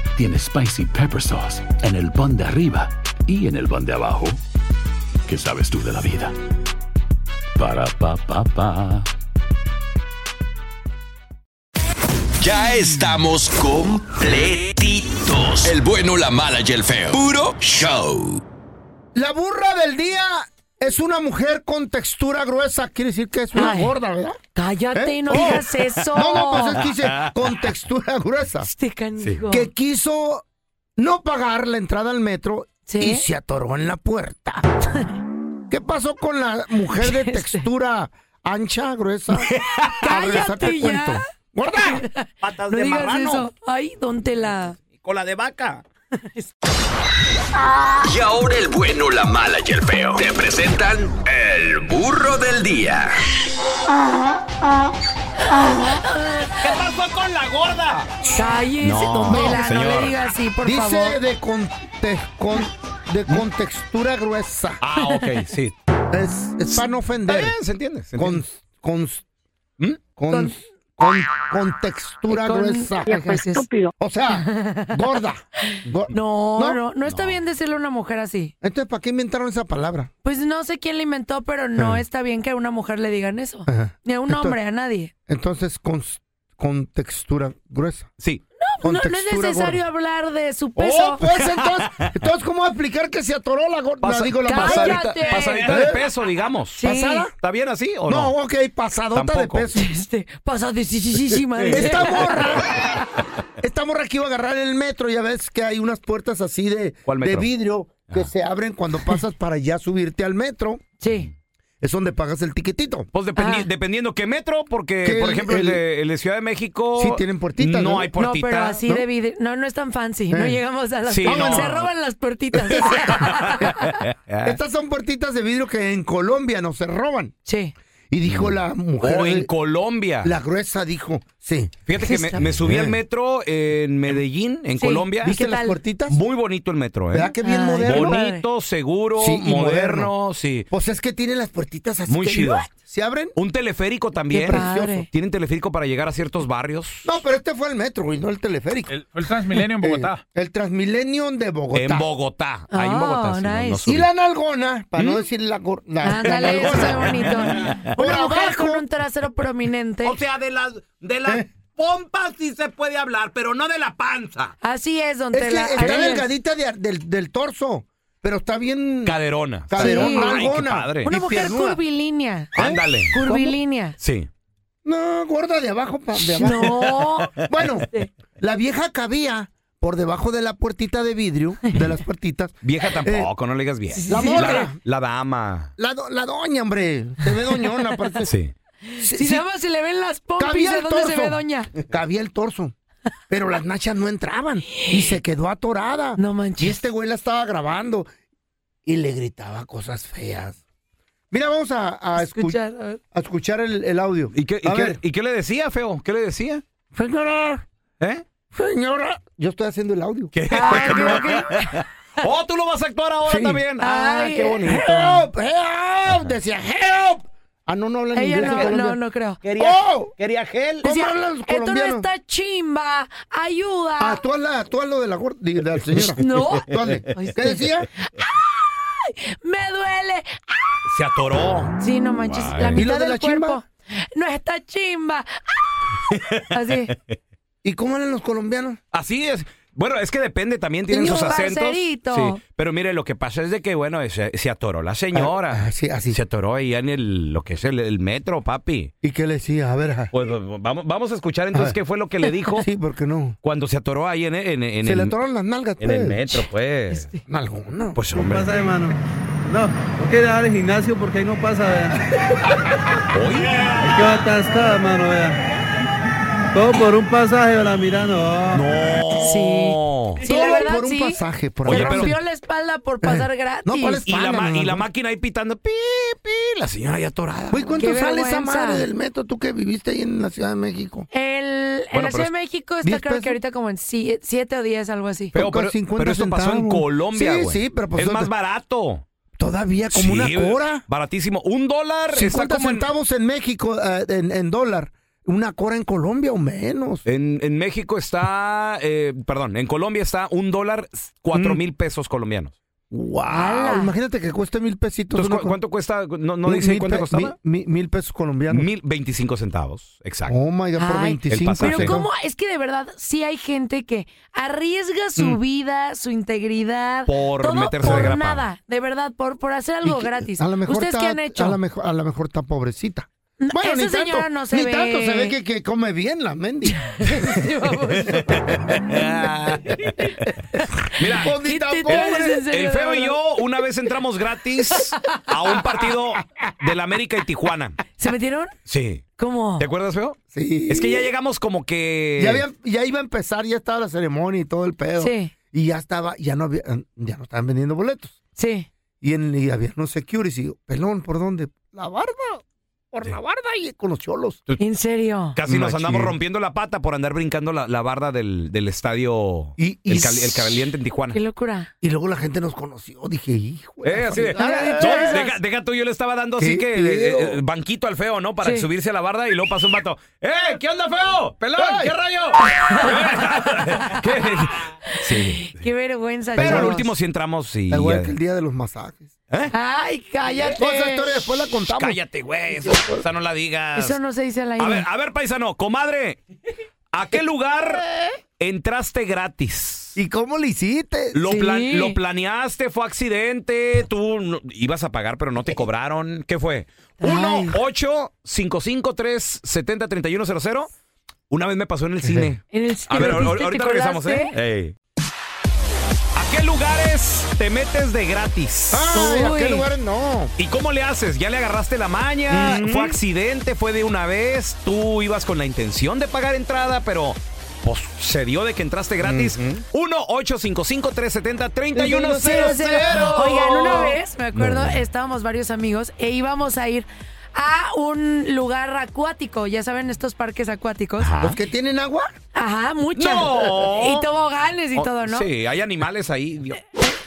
[SPEAKER 13] tiene Spicy Pepper Sauce en el pan de arriba y en el pan de abajo, ¿qué sabes tú de la vida? Para, pa, pa, pa.
[SPEAKER 14] Ya estamos completitos. El bueno, la mala y el feo. Puro show.
[SPEAKER 3] La burra del día es una mujer con textura gruesa. Quiere decir que es una
[SPEAKER 5] Ay,
[SPEAKER 3] gorda, ¿verdad? ¿Eh? Oh.
[SPEAKER 5] cállate, no digas eso.
[SPEAKER 3] No, no, pues es que dice
[SPEAKER 5] <laughs>
[SPEAKER 3] con textura gruesa.
[SPEAKER 5] Este canijo.
[SPEAKER 3] Que quiso no pagar la entrada al metro y se atoró en
[SPEAKER 5] <laughs>
[SPEAKER 3] la puerta. ¿Qué pasó con la mujer
[SPEAKER 5] Este.
[SPEAKER 3] de textura
[SPEAKER 5] <laughs>
[SPEAKER 3] ancha, gruesa? Ahora
[SPEAKER 5] Cállate
[SPEAKER 3] te
[SPEAKER 5] ya.
[SPEAKER 3] cuento. ¡Gorda!
[SPEAKER 11] Patas
[SPEAKER 5] No
[SPEAKER 11] de
[SPEAKER 5] digas
[SPEAKER 11] marrano.
[SPEAKER 5] eso. Ay, ¿dónde la...?
[SPEAKER 11] Cola de vaca.
[SPEAKER 14] Y ahora el bueno, la mala y el feo. Te presentan el burro del día.
[SPEAKER 11] ¿Qué pasó con la gorda?
[SPEAKER 5] Cállese,
[SPEAKER 14] No,
[SPEAKER 5] don Tela, no
[SPEAKER 14] señor.
[SPEAKER 5] le diga así, por
[SPEAKER 3] Dice
[SPEAKER 5] favor.
[SPEAKER 3] de conte- con- de contextura gruesa.
[SPEAKER 2] ¿Mm? Ah, ok, sí.
[SPEAKER 3] Es, es para no ofender.
[SPEAKER 2] Está bien, se entiende, se
[SPEAKER 3] Con,
[SPEAKER 2] entiende.
[SPEAKER 3] con, ¿Mm? con,
[SPEAKER 2] Con-
[SPEAKER 3] con, con, textura
[SPEAKER 5] Con-
[SPEAKER 3] gruesa.
[SPEAKER 5] Ya fue estúpido.
[SPEAKER 3] O
[SPEAKER 5] <laughs>
[SPEAKER 3] sea, gorda. Go-
[SPEAKER 5] <laughs> No, no, no, está bien decirle a una mujer así.
[SPEAKER 3] Entonces, ¿para qué inventaron esa palabra?
[SPEAKER 5] Pues no sé quién la inventó, pero no
[SPEAKER 3] Ajá.
[SPEAKER 5] está bien que a una mujer le digan eso.
[SPEAKER 3] Ajá.
[SPEAKER 5] Ni a un
[SPEAKER 3] Entonces-
[SPEAKER 5] hombre, a nadie.
[SPEAKER 3] Entonces, con, con textura gruesa.
[SPEAKER 2] Sí.
[SPEAKER 5] No, no es necesario hablar de su peso.
[SPEAKER 3] Oh, pues
[SPEAKER 2] <laughs>
[SPEAKER 3] entonces, entonces ¿cómo explicar que se atoró la gorda?
[SPEAKER 2] Pasa-
[SPEAKER 3] digo, la
[SPEAKER 2] pasadita,
[SPEAKER 3] pasadita.
[SPEAKER 2] pasadita de
[SPEAKER 3] ¿Eh?
[SPEAKER 2] peso, digamos.
[SPEAKER 3] Sí. ¿Pasada?
[SPEAKER 2] ¿Está bien así o
[SPEAKER 3] No,
[SPEAKER 2] no?
[SPEAKER 3] ok, pasadota
[SPEAKER 2] Tampoco.
[SPEAKER 3] de peso.
[SPEAKER 5] Este, pasadísima.
[SPEAKER 3] Esta morra. Esta morra que iba a agarrar en el metro, ya ves que hay unas puertas así de, de
[SPEAKER 2] metro? Ah.
[SPEAKER 3] vidrio que se abren cuando pasas para ya subirte al metro.
[SPEAKER 5] Sí.
[SPEAKER 3] Es donde pagas el tiquetito.
[SPEAKER 2] Pues dependi- dependiendo qué metro, porque,
[SPEAKER 3] Ah. Que
[SPEAKER 2] por
[SPEAKER 3] el-
[SPEAKER 2] ejemplo,
[SPEAKER 3] el-
[SPEAKER 2] el, de, el de Ciudad de México.
[SPEAKER 3] Sí, tienen puertitas,
[SPEAKER 2] No,
[SPEAKER 3] ¿no?
[SPEAKER 2] hay
[SPEAKER 3] No,
[SPEAKER 2] puertitas.
[SPEAKER 5] No, pero así
[SPEAKER 2] ¿no?
[SPEAKER 5] de vidrio. No, no es tan fancy. No
[SPEAKER 2] Eh.
[SPEAKER 5] llegamos a las
[SPEAKER 2] Sí,
[SPEAKER 5] puertas.
[SPEAKER 2] no.
[SPEAKER 5] Se roban las puertitas.
[SPEAKER 2] ah.
[SPEAKER 3] Estas son puertitas de vidrio que en Colombia no se roban.
[SPEAKER 5] Sí.
[SPEAKER 3] Y dijo la mujer.
[SPEAKER 2] O en
[SPEAKER 3] de-
[SPEAKER 2] Colombia.
[SPEAKER 3] La gruesa dijo, sí.
[SPEAKER 2] <laughs> Fíjate que me, me subí al metro en Medellín, en
[SPEAKER 3] Sí,
[SPEAKER 2] Colombia.
[SPEAKER 3] ¿y Eh. ¿Viste qué las tal? puertitas?
[SPEAKER 2] Muy bonito el metro, ¿eh?
[SPEAKER 3] ¿Verdad que bien Ay, moderno?
[SPEAKER 2] Bonito, seguro,
[SPEAKER 3] Sí, y
[SPEAKER 2] moderno,
[SPEAKER 3] moderno.
[SPEAKER 2] sí.
[SPEAKER 3] Pues es que tiene las puertitas así.
[SPEAKER 2] Muy
[SPEAKER 3] que-
[SPEAKER 2] chido.
[SPEAKER 3] ¿Se abren?
[SPEAKER 2] Un teleférico también.
[SPEAKER 3] Qué padre.
[SPEAKER 2] Tienen teleférico para llegar a ciertos barrios.
[SPEAKER 3] No, pero este fue el metro, güey, no el teleférico. El,
[SPEAKER 2] Transmilenio en Bogotá.
[SPEAKER 3] el Transmilenio de Bogotá.
[SPEAKER 2] En Bogotá. Ahí en Bogotá. sí, no- no subí.
[SPEAKER 3] y la nalgona, para no
[SPEAKER 2] ¿Mm?
[SPEAKER 3] decir la, gor- la,
[SPEAKER 5] Ándale,
[SPEAKER 3] la
[SPEAKER 5] eso
[SPEAKER 3] nalgona.
[SPEAKER 5] es
[SPEAKER 3] <laughs>
[SPEAKER 5] bonito.
[SPEAKER 3] Por
[SPEAKER 5] Una mujer
[SPEAKER 3] abajo.
[SPEAKER 5] con un trasero prominente.
[SPEAKER 11] O sea, de las, de las
[SPEAKER 3] ¿Eh?
[SPEAKER 11] pompas sí se puede hablar, pero no de la panza.
[SPEAKER 5] Así es, don
[SPEAKER 3] Es que
[SPEAKER 5] Tela.
[SPEAKER 3] está
[SPEAKER 5] así es.
[SPEAKER 3] delgadita de- del, del torso, pero está bien.
[SPEAKER 2] Caderona.
[SPEAKER 3] Caderona,
[SPEAKER 2] Sí. Ay, qué
[SPEAKER 3] nalgona.
[SPEAKER 2] padre.
[SPEAKER 5] Una
[SPEAKER 3] Y
[SPEAKER 5] mujer
[SPEAKER 3] piernuda.
[SPEAKER 5] curvilínea.
[SPEAKER 2] Ándale.
[SPEAKER 5] Curvilínea.
[SPEAKER 2] Sí.
[SPEAKER 3] No, gorda de abajo pa- de abajo.
[SPEAKER 5] No. Este.
[SPEAKER 3] Bueno, la vieja cabía por debajo de la puertita de vidrio, de las puertitas.
[SPEAKER 2] Vieja tampoco, no le digas bien.
[SPEAKER 3] La morra.
[SPEAKER 2] La, la dama.
[SPEAKER 3] La, do- la doña, hombre. Se ve doñona, parece.
[SPEAKER 2] Sí.
[SPEAKER 3] Sí,
[SPEAKER 5] Si
[SPEAKER 3] sí,
[SPEAKER 5] nada más se le ven las <laughs> pompis,
[SPEAKER 3] Cabía
[SPEAKER 5] ¿de
[SPEAKER 3] el
[SPEAKER 5] dónde se
[SPEAKER 3] torso.
[SPEAKER 5] ve, doña?
[SPEAKER 3] Cabía el torso. Pero las nachas no entraban. Y se quedó atorada.
[SPEAKER 5] No
[SPEAKER 3] Y
[SPEAKER 5] manches.
[SPEAKER 3] este güey la estaba grabando. Y le gritaba cosas feas. Mira, vamos a, a escu-
[SPEAKER 5] Escuchar, a ver.
[SPEAKER 3] a escuchar el, el audio.
[SPEAKER 2] ¿Y qué, y
[SPEAKER 3] A
[SPEAKER 2] qué-
[SPEAKER 3] ver.
[SPEAKER 2] y qué le decía, feo? ¿Qué le decía?
[SPEAKER 3] Señora,
[SPEAKER 2] ¿Eh?
[SPEAKER 3] señora. Yo estoy haciendo el audio.
[SPEAKER 2] <laughs> ¿Qué?
[SPEAKER 5] Ay, creo que-
[SPEAKER 2] Pues, <laughs> ¡Oh, tú lo vas a actuar ahora
[SPEAKER 3] Sí.
[SPEAKER 2] también! ¡Ah,
[SPEAKER 5] Ay,
[SPEAKER 2] qué bonito!
[SPEAKER 3] Help, help. Decía, help. Ah, no, no hablan
[SPEAKER 5] Ella
[SPEAKER 3] inglés. en
[SPEAKER 5] no,
[SPEAKER 3] Colombia.
[SPEAKER 5] no, no creo.
[SPEAKER 3] ¡Oh!
[SPEAKER 11] Quería gel.
[SPEAKER 3] ¿Cómo
[SPEAKER 5] Decía,
[SPEAKER 3] hablan los
[SPEAKER 5] esto no
[SPEAKER 3] colombianos?
[SPEAKER 5] está chimba, ayuda.
[SPEAKER 3] Ah, tú hablas tú hablas de la gorda, de la señora.
[SPEAKER 5] No.
[SPEAKER 2] <laughs>
[SPEAKER 3] Tú hablas.
[SPEAKER 5] Ay,
[SPEAKER 3] ¿Qué
[SPEAKER 5] sí.
[SPEAKER 3] decía?
[SPEAKER 5] Me duele.
[SPEAKER 2] Se atoró.
[SPEAKER 5] Sí, no manches,
[SPEAKER 2] Guay.
[SPEAKER 5] la
[SPEAKER 2] ¿Y
[SPEAKER 3] lo
[SPEAKER 5] mitad
[SPEAKER 3] de
[SPEAKER 5] del
[SPEAKER 3] la chimba?
[SPEAKER 5] cuerpo. No está chimba. Así.
[SPEAKER 3] ¿Y cómo hablan los colombianos?
[SPEAKER 2] Así es. Bueno, es que depende, también tienen
[SPEAKER 5] Señor
[SPEAKER 2] sus acentos.
[SPEAKER 5] parcerito.
[SPEAKER 2] Sí, pero mire, lo que pasa es de que, bueno, se, se atoró la señora.
[SPEAKER 3] Ah, sí, así.
[SPEAKER 2] Se atoró ahí en el, lo que es el, el metro, papi.
[SPEAKER 3] ¿Y qué le decía? A ver. ajá.
[SPEAKER 2] Pues vamos, vamos a escuchar entonces
[SPEAKER 3] A ver.
[SPEAKER 2] qué fue lo que le dijo
[SPEAKER 3] Sí, ¿por qué no?
[SPEAKER 2] cuando se atoró ahí en, en- en
[SPEAKER 3] Se
[SPEAKER 2] el,
[SPEAKER 3] le atoraron las nalgas,
[SPEAKER 2] en el
[SPEAKER 3] pues.
[SPEAKER 2] metro, pues.
[SPEAKER 3] Alguno.
[SPEAKER 2] Pues hombre.
[SPEAKER 10] hermano? No, no quiere dejar el gimnasio porque ahí no pasa, vea.
[SPEAKER 2] <laughs> Oye,
[SPEAKER 10] Es que va atascada, hermano, vea. Todo por un pasaje de la mira, no.
[SPEAKER 2] No.
[SPEAKER 5] Sí, la
[SPEAKER 3] Todo
[SPEAKER 5] verdad,
[SPEAKER 3] por un
[SPEAKER 5] sí.
[SPEAKER 3] pasaje, por
[SPEAKER 2] Oye,
[SPEAKER 5] Se
[SPEAKER 3] ahí.
[SPEAKER 2] pero-
[SPEAKER 5] rompió la espalda por pasar gratis.
[SPEAKER 3] No, ¿cuál es?
[SPEAKER 2] Y la,
[SPEAKER 3] Pana,
[SPEAKER 2] ma-
[SPEAKER 3] no,
[SPEAKER 2] y la
[SPEAKER 3] no.
[SPEAKER 2] máquina ahí pitando, pi, pi, la señora ya atorada.
[SPEAKER 3] Güey, ¿cuánto
[SPEAKER 5] Qué
[SPEAKER 3] sale esa
[SPEAKER 5] vergüenza.
[SPEAKER 3] madre del metro tú que viviste ahí en la Ciudad de México?
[SPEAKER 5] El, en
[SPEAKER 2] Bueno,
[SPEAKER 5] la
[SPEAKER 2] pero
[SPEAKER 5] Ciudad de México está
[SPEAKER 3] 10
[SPEAKER 5] creo
[SPEAKER 3] pesos.
[SPEAKER 5] que ahorita como en 7 o 10, algo así.
[SPEAKER 2] Pero,
[SPEAKER 3] Toca
[SPEAKER 2] pero,
[SPEAKER 3] 50
[SPEAKER 2] pero esto pasó en
[SPEAKER 3] centavos.
[SPEAKER 2] Colombia,
[SPEAKER 3] Sí,
[SPEAKER 2] güey.
[SPEAKER 3] sí, pero pues
[SPEAKER 2] Es
[SPEAKER 3] no-
[SPEAKER 2] más barato.
[SPEAKER 3] Todavía como una
[SPEAKER 2] Sí,
[SPEAKER 3] cora.
[SPEAKER 2] Baratísimo. Un dólar está
[SPEAKER 3] 50
[SPEAKER 2] como en,
[SPEAKER 3] centavos en México, eh, en, en dólar. Una cora en Colombia o menos.
[SPEAKER 2] en, en México está, eh, perdón, en Colombia está un dólar cuatro
[SPEAKER 3] Mm.
[SPEAKER 2] mil pesos colombianos.
[SPEAKER 3] ¡Wow!
[SPEAKER 5] Ala.
[SPEAKER 3] Ah, Imagínate que cueste mil pesitos.
[SPEAKER 2] Entonces,
[SPEAKER 3] una
[SPEAKER 2] ¿cu-
[SPEAKER 3] cora.
[SPEAKER 2] ¿cuánto cuesta? No, no
[SPEAKER 3] Mil-
[SPEAKER 2] dice
[SPEAKER 3] mil
[SPEAKER 2] cuánto
[SPEAKER 3] pe-
[SPEAKER 2] costaba.
[SPEAKER 3] mi- mi- mil pesos colombianos.
[SPEAKER 2] Mil veinticinco centavos, exacto.
[SPEAKER 3] Oh my God, por
[SPEAKER 5] Ay,
[SPEAKER 3] 25.
[SPEAKER 2] pasaje.
[SPEAKER 5] Pero
[SPEAKER 2] Exacto. <laughs>
[SPEAKER 5] cómo, es que de verdad sí hay gente que arriesga su
[SPEAKER 2] Mm.
[SPEAKER 5] vida, su integridad,
[SPEAKER 2] Por
[SPEAKER 5] todo
[SPEAKER 2] meterse de
[SPEAKER 5] por
[SPEAKER 2] grapa.
[SPEAKER 5] nada, de verdad, por, por hacer
[SPEAKER 3] Y
[SPEAKER 5] algo
[SPEAKER 3] que-
[SPEAKER 5] gratis.
[SPEAKER 3] A lo mejor
[SPEAKER 5] ¿Ustedes
[SPEAKER 3] está,
[SPEAKER 5] qué han hecho?
[SPEAKER 3] A lo mejor, a lo mejor está pobrecita.
[SPEAKER 5] No,
[SPEAKER 3] Bueno,
[SPEAKER 5] esa
[SPEAKER 3] ni tanto,
[SPEAKER 5] señora no se
[SPEAKER 3] ni
[SPEAKER 5] ve.
[SPEAKER 3] tanto se ve que, que come bien la mendiga.
[SPEAKER 2] Mira,
[SPEAKER 3] Pues ni
[SPEAKER 5] ¿Qué
[SPEAKER 3] tan
[SPEAKER 5] te
[SPEAKER 3] pobre.
[SPEAKER 5] traes en serio,
[SPEAKER 2] El
[SPEAKER 5] de
[SPEAKER 2] feo y
[SPEAKER 5] verdad?
[SPEAKER 2] yo una vez entramos gratis a un partido del América y Tijuana.
[SPEAKER 5] <laughs> ¿Se metieron?
[SPEAKER 2] Sí.
[SPEAKER 5] ¿Cómo?
[SPEAKER 2] ¿Te acuerdas, feo?
[SPEAKER 3] Sí.
[SPEAKER 2] Es que ya llegamos como que...
[SPEAKER 3] Ya, había- ya iba a empezar, ya estaba la ceremonia y todo el pedo.
[SPEAKER 5] Sí.
[SPEAKER 3] y ya estaba, ya no había, ya no estaban vendiendo boletos.
[SPEAKER 5] Sí.
[SPEAKER 3] Y, en, y había unos securities, y yo, pelón, ¿por dónde? La barba, por la barda y con los cholos.
[SPEAKER 5] ¿En serio?
[SPEAKER 2] Casi nos
[SPEAKER 3] Machín.
[SPEAKER 2] andamos rompiendo la pata por andar brincando la, la barda del, del estadio
[SPEAKER 3] y-
[SPEAKER 2] el, Cali- el Caliente en Tijuana.
[SPEAKER 5] locura.
[SPEAKER 3] Y luego la gente nos conoció, dije, hijo.
[SPEAKER 2] Eh, así de-
[SPEAKER 3] Ah,
[SPEAKER 2] No,
[SPEAKER 3] ah,
[SPEAKER 2] deja, deja tú, yo le estaba dando así
[SPEAKER 3] Qué
[SPEAKER 2] que eh,
[SPEAKER 3] feo.
[SPEAKER 2] eh, banquito al feo, ¿no? Para
[SPEAKER 3] Sí.
[SPEAKER 2] subirse a la barda y luego pasó un vato. ¡Eh! ¿Qué onda, feo? ¡Pelón!
[SPEAKER 3] ¡Ay!
[SPEAKER 2] ¿Qué
[SPEAKER 3] <laughs>
[SPEAKER 2] rayo? Sí.
[SPEAKER 5] Qué vergüenza.
[SPEAKER 2] Pero al
[SPEAKER 5] chavos.
[SPEAKER 2] último sí entramos y.
[SPEAKER 3] Igual
[SPEAKER 2] ya-
[SPEAKER 3] que el día de los masajes.
[SPEAKER 5] Ay, cállate.
[SPEAKER 3] Toda esa historia después la contamos.
[SPEAKER 2] Cállate, güey. Esa, esa no la digas.
[SPEAKER 5] Eso no se dice al aire.
[SPEAKER 2] A ver, a ver, paisano, comadre. ¿A qué lugar entraste gratis?
[SPEAKER 3] ¿Y cómo le hiciste?
[SPEAKER 2] Lo,
[SPEAKER 3] Sí.
[SPEAKER 2] plan- lo planeaste, fue accidente, tú no- ibas a pagar pero no te cobraron. ¿Qué fue? 1 8 70 3100 Una vez me pasó en el cine.
[SPEAKER 5] En el
[SPEAKER 2] A
[SPEAKER 5] cine
[SPEAKER 2] ver,
[SPEAKER 5] lo
[SPEAKER 2] ahor-
[SPEAKER 5] viste, te
[SPEAKER 2] ahorita regresamos, ¿eh?
[SPEAKER 5] colaste.
[SPEAKER 2] Ey. ¿A qué lugares te metes de gratis?
[SPEAKER 3] Ay, ¿a qué
[SPEAKER 2] Uy.
[SPEAKER 3] lugares no?
[SPEAKER 2] ¿Y cómo le haces? ¿Ya le agarraste la maña?
[SPEAKER 3] Mm.
[SPEAKER 2] ¿Fue accidente? ¿Fue de una vez? ¿Tú ibas con la intención de pagar entrada, pero pues, se dio de que entraste gratis? 1-855-370-3100.
[SPEAKER 5] Oigan, una vez, me acuerdo, estábamos varios amigos e íbamos a ir a un lugar acuático. Ya saben, estos parques acuáticos.
[SPEAKER 3] ¿Los que tienen agua?
[SPEAKER 5] Ajá, muchas.
[SPEAKER 2] No.
[SPEAKER 5] Y toboganes y
[SPEAKER 2] Oh,
[SPEAKER 5] todo, ¿no?
[SPEAKER 2] Sí, hay animales ahí. Dios.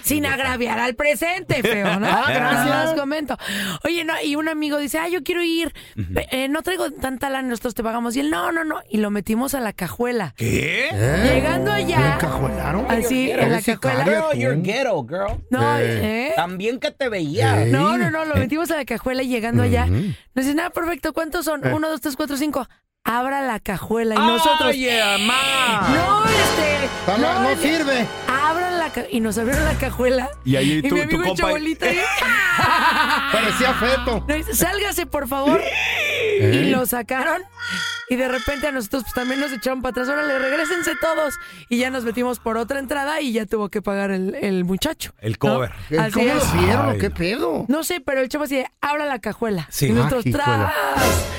[SPEAKER 5] Sin agraviar al presente, feo, ¿no?
[SPEAKER 2] <laughs> Ah, gracias.
[SPEAKER 5] Nada más comento. Oye, no, y un amigo dice, ah, yo quiero ir, pe- eh, no traigo tanta lana, nosotros te pagamos. Y él, no, no, no. Y lo metimos a la cajuela.
[SPEAKER 2] ¿Qué?
[SPEAKER 5] Llegando allá.
[SPEAKER 3] ¿Encajuelaron?
[SPEAKER 5] Así, en la cajuela.
[SPEAKER 2] ghetto, girl.
[SPEAKER 5] No, ¿eh?
[SPEAKER 2] También que te
[SPEAKER 5] veía. No, no, no, lo metimos a la cajuela y llegando allá.
[SPEAKER 2] Eh. Ujú.
[SPEAKER 5] Nos dice, nada, perfecto, ¿cuántos son?
[SPEAKER 2] Eh.
[SPEAKER 5] Uno, dos, tres, cuatro, cinco. Abra la cajuela. Y nosotros.
[SPEAKER 2] Oye, mamá.
[SPEAKER 5] No, este.
[SPEAKER 2] Está mal, no
[SPEAKER 5] el-
[SPEAKER 2] sirve.
[SPEAKER 5] Abran la ca- Y nos abrieron la cajuela.
[SPEAKER 2] Y ahí
[SPEAKER 5] mi
[SPEAKER 2] tu- tu
[SPEAKER 5] amigo hecho
[SPEAKER 2] compa-
[SPEAKER 5] bolita ahí.
[SPEAKER 3] <laughs> Parecía feto.
[SPEAKER 5] Nos dice, Sálgase, por favor. Y lo sacaron. Y de repente a nosotros pues, también nos echaron para atrás. Órale, regrésense todos. Y ya nos metimos por otra entrada y ya tuvo que pagar el, el muchacho.
[SPEAKER 2] El cover.
[SPEAKER 5] ¿No? Así
[SPEAKER 3] ¿Cómo
[SPEAKER 5] es.
[SPEAKER 3] lo vieron? ¿Qué pedo?
[SPEAKER 5] No sé, pero el chavo así de, abra la cajuela.
[SPEAKER 2] Sí.
[SPEAKER 5] Y nosotros,
[SPEAKER 2] Ah, hijuela.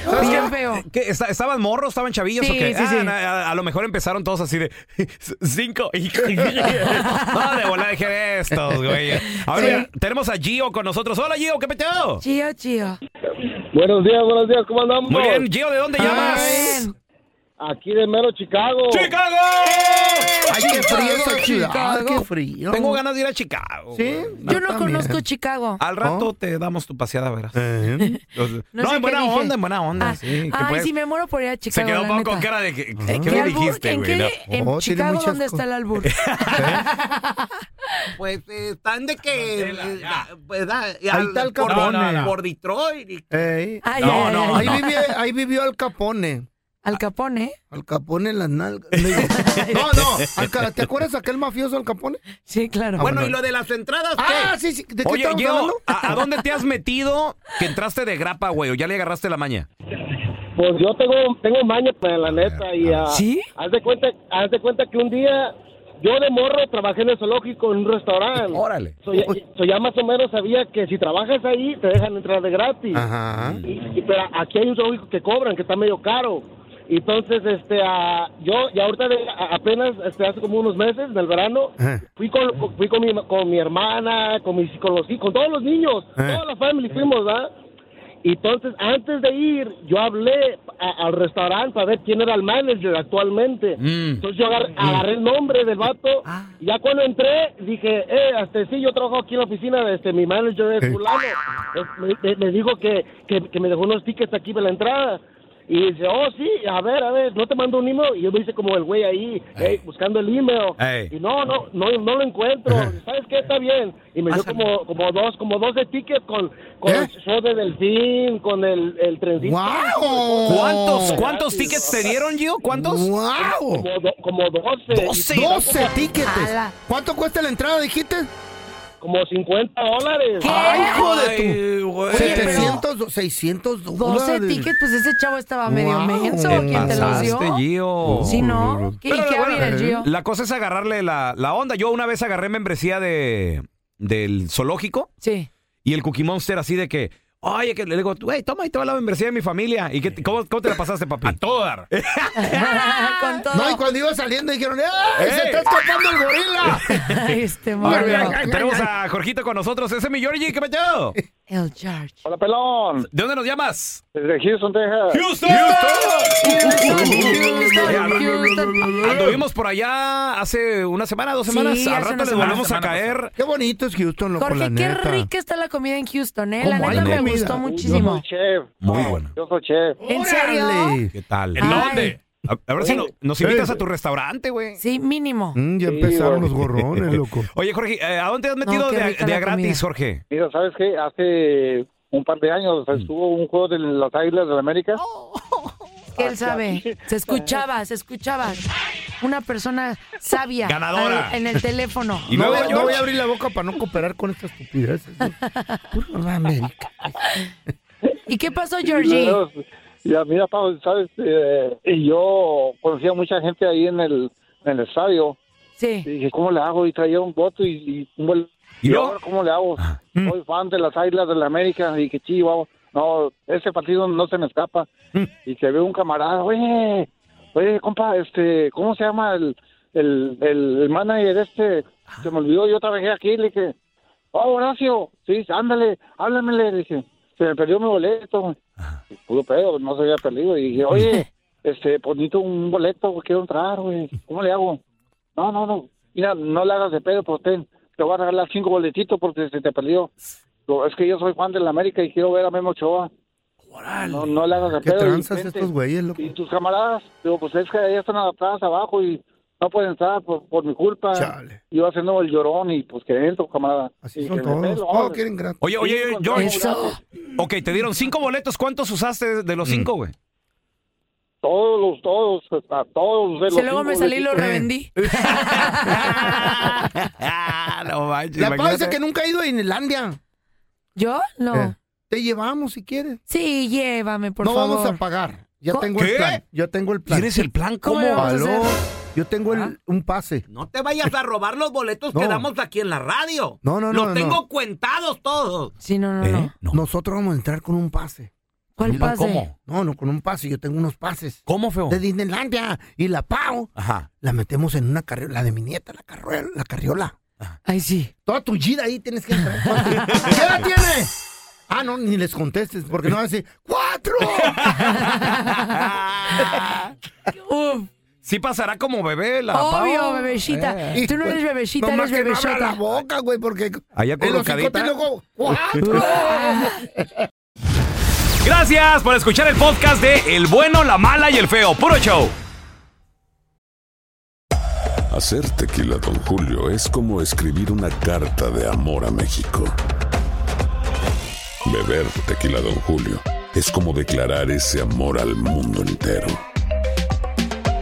[SPEAKER 5] tras. Bien feo.
[SPEAKER 2] Eh, ¿Qué? ¿Esta- ¿Estaban morros? ¿Estaban chavillos
[SPEAKER 5] Sí,
[SPEAKER 2] o qué?
[SPEAKER 5] sí, sí.
[SPEAKER 2] Ah, na- a, a lo mejor empezaron todos así de <laughs> cinco.
[SPEAKER 5] <laughs>
[SPEAKER 2] no, de volar dije estos, güey. A ver,
[SPEAKER 5] Sí.
[SPEAKER 2] mira, tenemos a Gio con nosotros. Hola, Gio, ¿qué peteo?
[SPEAKER 5] Chío, chío.
[SPEAKER 15] Buenos días, buenos días, ¿cómo andamos?
[SPEAKER 2] Muy bien, Gio, ¿de dónde llamas?
[SPEAKER 15] Aquí de mero Chicago.
[SPEAKER 2] ¡Chicago!
[SPEAKER 3] ¡Ay, qué frío esa ciudad!
[SPEAKER 5] Chicago.
[SPEAKER 3] ¡Qué frío!
[SPEAKER 2] Tengo ganas de ir a Chicago.
[SPEAKER 3] Sí,
[SPEAKER 5] Yo no conozco Chicago.
[SPEAKER 3] ¿Oh?
[SPEAKER 2] Al rato te damos tu paseada, verás.
[SPEAKER 15] Eh,
[SPEAKER 2] <laughs> No,
[SPEAKER 5] sé
[SPEAKER 2] en
[SPEAKER 5] qué
[SPEAKER 2] buena
[SPEAKER 5] dije. Ah,
[SPEAKER 2] onda, en buena onda. sí, que
[SPEAKER 5] Ay,
[SPEAKER 2] puedes-
[SPEAKER 5] sí, me muero por ir a Chicago.
[SPEAKER 2] Se quedó
[SPEAKER 5] la
[SPEAKER 2] Pau con
[SPEAKER 5] neta.
[SPEAKER 2] cara de que, ¿qué-
[SPEAKER 5] ¿En
[SPEAKER 2] ¿qué
[SPEAKER 5] qué
[SPEAKER 2] me
[SPEAKER 5] albur-
[SPEAKER 2] dijiste,
[SPEAKER 5] ¿En,
[SPEAKER 2] güey? No.
[SPEAKER 5] qué, en
[SPEAKER 2] Oh, tiene
[SPEAKER 5] Chicago
[SPEAKER 2] muchas
[SPEAKER 5] dónde está el
[SPEAKER 2] <laughs>
[SPEAKER 5] albur?
[SPEAKER 11] Pues eh, están de que. eh, da- pues, da-
[SPEAKER 3] Ahí está el
[SPEAKER 11] por,
[SPEAKER 3] Capone.
[SPEAKER 11] no, no, por Detroit. y-
[SPEAKER 3] Ey.
[SPEAKER 11] Ay, No, ay, ay, no,
[SPEAKER 3] ahí,
[SPEAKER 11] no.
[SPEAKER 3] Vivió, ahí vivió Al Capone.
[SPEAKER 5] ¿Al Capone?
[SPEAKER 3] Al Capone en las <laughs> nalgas. No, no. Al Ca- ¿Te acuerdas aquel mafioso Al Capone?
[SPEAKER 5] Sí, claro.
[SPEAKER 11] Bueno, y lo de las entradas.
[SPEAKER 3] Ah, sí, sí. ¿De qué
[SPEAKER 2] Oye,
[SPEAKER 3] estamos
[SPEAKER 2] Gio,
[SPEAKER 3] hablando?
[SPEAKER 2] ¿a, a dónde te has metido que entraste de grapa, güey? ¿O ya le agarraste la maña?
[SPEAKER 15] Pues yo tengo, tengo maña, pues, la neta. Y, ah,
[SPEAKER 2] ¿Sí?
[SPEAKER 15] Haz de, cuenta, haz de cuenta que un día yo de morro trabajé en el zoológico en un restaurante.
[SPEAKER 2] Órale.
[SPEAKER 15] So, ya, so ya más o menos sabía que si trabajas ahí te dejan entrar de gratis.
[SPEAKER 3] Ajá.
[SPEAKER 15] Y- pero aquí hay un zoológico que cobran, que está medio caro. Entonces, este, ah, yo ya ahorita de- a- apenas, este, hace como unos meses, en el verano, fui con, con- fui con mi, con mi hermana, con mis, con los, con todos los niños,
[SPEAKER 7] Eh.
[SPEAKER 15] toda la familia fuimos, ¿ah? Y entonces, antes de ir, yo hablé a- al restaurante para ver quién era el manager actualmente. Entonces, yo agar- agarré el nombre del vato. Y ya cuando entré, dije, eh, hasta sí, yo trabajo aquí en la oficina de este, mi manager es
[SPEAKER 7] Eh.
[SPEAKER 15] fulano. Es- Me, me- me dijo que, que, que me dejó unos tickets aquí para la entrada. Y dice, oh, sí, a ver, a ver, no te mando un email. Y yo me hice como el güey ahí, eh, buscando el email.
[SPEAKER 7] Ey.
[SPEAKER 15] Y no, no, no, no lo
[SPEAKER 3] <laughs>
[SPEAKER 15] encuentro. ¿Sabes qué? Está bien. Y me dio como, como dos, como dos de tickets con, con
[SPEAKER 3] ¿Eh?
[SPEAKER 15] el show de delfín, con el, el trencito.
[SPEAKER 3] ¡Guau!
[SPEAKER 2] ¿Cuántos, cuántos tickets te dieron, Gio? ¿Cuántos?
[SPEAKER 3] ¡Guau!
[SPEAKER 15] Como, do- como 12.
[SPEAKER 3] 12, 12 tickets.
[SPEAKER 15] Ala.
[SPEAKER 3] ¿Cuánto cuesta la entrada, dijiste?
[SPEAKER 15] Como 50 dólares.
[SPEAKER 3] ¡Ay, hijo de tu!
[SPEAKER 2] güey.
[SPEAKER 3] 700, do- 600 dólares.
[SPEAKER 5] 12 tickets, pues ese chavo estaba medio
[SPEAKER 3] Wow.
[SPEAKER 5] menso.
[SPEAKER 3] Te
[SPEAKER 5] ¿Quién te los dio?
[SPEAKER 2] Pasaste, Gio.
[SPEAKER 5] Sí, ¿no? ¿Qué-
[SPEAKER 2] Pero
[SPEAKER 5] ¿Y qué
[SPEAKER 2] bueno,
[SPEAKER 5] había el Gio?
[SPEAKER 2] La cosa es agarrarle la, la onda. Yo una vez agarré membresía de del zoológico.
[SPEAKER 5] Sí.
[SPEAKER 2] Y el Cookie Monster así de que, Oye, que le digo, güey, toma ahí te va la membresía de mi familia. ¿Y qué, cómo, cómo te la pasaste, papi? A <laughs> toda.
[SPEAKER 5] <laughs> Con todo.
[SPEAKER 3] No, y cuando iba saliendo dijeron, ¡ay, se
[SPEAKER 2] ¡Ey!
[SPEAKER 3] está escapando el
[SPEAKER 5] <laughs>
[SPEAKER 3] gorila!
[SPEAKER 5] este
[SPEAKER 2] Tenemos a Jorgito con nosotros. Ese es mi Georgie,
[SPEAKER 3] <laughs>
[SPEAKER 2] ¿qué machado?
[SPEAKER 5] El George.
[SPEAKER 2] Hola, pelón. ¿De dónde nos llamas?
[SPEAKER 7] Desde Houston, Texas.
[SPEAKER 2] ¡Houston! Anduvimos por allá hace una semana, dos
[SPEAKER 5] Sí,
[SPEAKER 2] semanas.
[SPEAKER 5] hace
[SPEAKER 2] Al
[SPEAKER 5] una
[SPEAKER 2] rato les
[SPEAKER 5] semana,
[SPEAKER 2] volvemos a
[SPEAKER 5] semana
[SPEAKER 2] caer.
[SPEAKER 3] Qué bonito es Houston, loco,
[SPEAKER 5] Jorge,
[SPEAKER 3] la
[SPEAKER 5] qué
[SPEAKER 3] neta.
[SPEAKER 5] rica está la comida en Houston, ¿eh? La
[SPEAKER 3] ¿Cómo hay
[SPEAKER 5] neta me
[SPEAKER 3] comida?
[SPEAKER 5] gustó muchísimo.
[SPEAKER 2] Muy bueno.
[SPEAKER 7] Yo soy chef.
[SPEAKER 5] ¿En serio?
[SPEAKER 2] ¿Qué tal?
[SPEAKER 5] ¿En dónde?
[SPEAKER 2] A, a ver si no- nos invitas a tu restaurante, güey.
[SPEAKER 5] Sí, mínimo.
[SPEAKER 3] Mm, ya empezaron los gorrones,
[SPEAKER 2] <laughs>
[SPEAKER 3] loco.
[SPEAKER 2] Oye, Jorge, eh, ¿a dónde te has
[SPEAKER 5] No,
[SPEAKER 2] metido
[SPEAKER 5] qué
[SPEAKER 2] de, a-
[SPEAKER 5] rica
[SPEAKER 2] de
[SPEAKER 5] la
[SPEAKER 2] a gratis,
[SPEAKER 5] comida.
[SPEAKER 2] Jorge? Mm.
[SPEAKER 7] Mira, ¿sabes qué? Hace un par de años estuvo un juego de las Águilas de la América.
[SPEAKER 5] Que él
[SPEAKER 2] Ah,
[SPEAKER 5] sabe. Se escuchaba, se escuchaba. Una persona sabia.
[SPEAKER 3] Ganadora.
[SPEAKER 5] al- en el teléfono.
[SPEAKER 3] no, voy- no voy a abrir la boca para no cooperar con estas estupideces. ¿no? Puro de América.
[SPEAKER 5] ¿Y qué pasó, Georgie?
[SPEAKER 7] pues, Ya, mira, Pablo, ¿sabes? Eh, y yo conocía mucha gente ahí en el, en el estadio.
[SPEAKER 5] Sí.
[SPEAKER 7] Y dije, ¿cómo le hago? Y traía un voto y, y, un bol-
[SPEAKER 2] ¿Y
[SPEAKER 7] y
[SPEAKER 2] luego?
[SPEAKER 7] ahora, ¿cómo le hago? Soy fan de las Águilas de la América. Y dije, sí, vamos. No, ese partido no se me escapa. Y que veo un camarada, oye, oye, compa, este, ¿cómo se llama el, el, el, el manager este? Se me olvidó, yo trabajé aquí, le dije, oh, Horacio, sí, ándale, háblamele, le dije, se me perdió mi boleto. Y Puro pedo, no se había perdido. Y dije, oye, este, pues necesito un boleto, güey, quiero entrar, güey, ¿cómo le hago? No, no, no, mira, no le hagas de pedo, pues ten, te voy a regalar cinco boletitos porque se te perdió. Digo, Es que yo soy fan del América y quiero ver a Memo Ochoa. No, no le hagas de
[SPEAKER 3] ¿Qué
[SPEAKER 7] pedo. y
[SPEAKER 3] tranzas
[SPEAKER 7] vente.
[SPEAKER 5] Este,
[SPEAKER 3] estos güeyes, loco?
[SPEAKER 7] Y tus camaradas, digo, pues es que ellas están adaptadas abajo y no pueden estar por, por mi culpa. Yo haciendo el llorón y pues que entro, camarada. Así
[SPEAKER 3] son todos. Todos quieren gratis.
[SPEAKER 2] Oye, oye, oye, George. Ok, te dieron cinco boletos. ¿Cuántos usaste de los
[SPEAKER 3] Mm.
[SPEAKER 2] cinco, güey?
[SPEAKER 7] Todos,
[SPEAKER 15] Pues,
[SPEAKER 7] todos, a todos. de
[SPEAKER 5] Si
[SPEAKER 7] los
[SPEAKER 5] luego me
[SPEAKER 7] cinco
[SPEAKER 5] salí y lo
[SPEAKER 3] Eh,
[SPEAKER 7] boletos.
[SPEAKER 5] revendí.
[SPEAKER 2] no manches.
[SPEAKER 3] La
[SPEAKER 2] imagínate.
[SPEAKER 3] pausa que nunca ha ido a Inlandia.
[SPEAKER 5] ¿Yo? No.
[SPEAKER 3] Eh. Te llevamos si quieres.
[SPEAKER 5] Sí, llévame, por
[SPEAKER 3] no
[SPEAKER 5] favor.
[SPEAKER 3] vamos a pagar. Ya
[SPEAKER 5] Co-
[SPEAKER 3] tengo
[SPEAKER 2] ¿Qué?
[SPEAKER 3] el plan. Yo tengo el plan.
[SPEAKER 2] ¿Tienes el plan?
[SPEAKER 11] ¿Cómo
[SPEAKER 3] ¿Cómo?
[SPEAKER 11] le vamos a
[SPEAKER 3] Aló,
[SPEAKER 11] hacer?
[SPEAKER 3] Yo tengo el- un pase.
[SPEAKER 11] No te vayas a robar los boletos que
[SPEAKER 3] No.
[SPEAKER 11] damos aquí en la radio.
[SPEAKER 3] No, no, no,
[SPEAKER 11] Los
[SPEAKER 3] no.
[SPEAKER 11] tengo cuentados todos.
[SPEAKER 5] Sí, no,
[SPEAKER 2] ¿Eh?
[SPEAKER 5] no, no.
[SPEAKER 3] Nosotros vamos a entrar con un pase.
[SPEAKER 5] ¿Cuál
[SPEAKER 3] Mira,
[SPEAKER 5] pase?
[SPEAKER 3] No, no, con un pase. Yo tengo unos pases.
[SPEAKER 2] ¿Cómo, feo?
[SPEAKER 3] De Disneylandia. Y la pago.
[SPEAKER 2] Ajá.
[SPEAKER 3] La metemos en una carriola. La de mi nieta, la carriola. La carriola.
[SPEAKER 5] Ay, sí.
[SPEAKER 3] Toda tu gira ahí tienes que entrar.
[SPEAKER 2] <laughs>
[SPEAKER 3] ¿Qué edad tiene? Ah, no, ni les contestes, porque no van a decir, ¡cuatro!
[SPEAKER 2] Sí pasará como bebé <laughs> la
[SPEAKER 5] Obvio,
[SPEAKER 2] Pau.
[SPEAKER 5] bebecita.
[SPEAKER 2] Eh.
[SPEAKER 5] Tú no eres bebecita,
[SPEAKER 3] Nomás
[SPEAKER 5] eres
[SPEAKER 3] que no abra
[SPEAKER 5] bebechota.
[SPEAKER 3] la boca, güey, porque
[SPEAKER 2] Allá
[SPEAKER 3] el hocico
[SPEAKER 2] colocadita.
[SPEAKER 3] tiene
[SPEAKER 2] <laughs>
[SPEAKER 3] luego, ¡cuatro!
[SPEAKER 2] Gracias por escuchar el podcast de El Bueno, la Mala y el Feo. Puro show.
[SPEAKER 16] Hacer tequila, Don Julio, es como escribir una carta de amor a México. Beber tequila, Don Julio, es como declarar ese amor al mundo entero.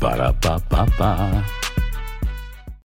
[SPEAKER 4] Para, pa, pa, pa.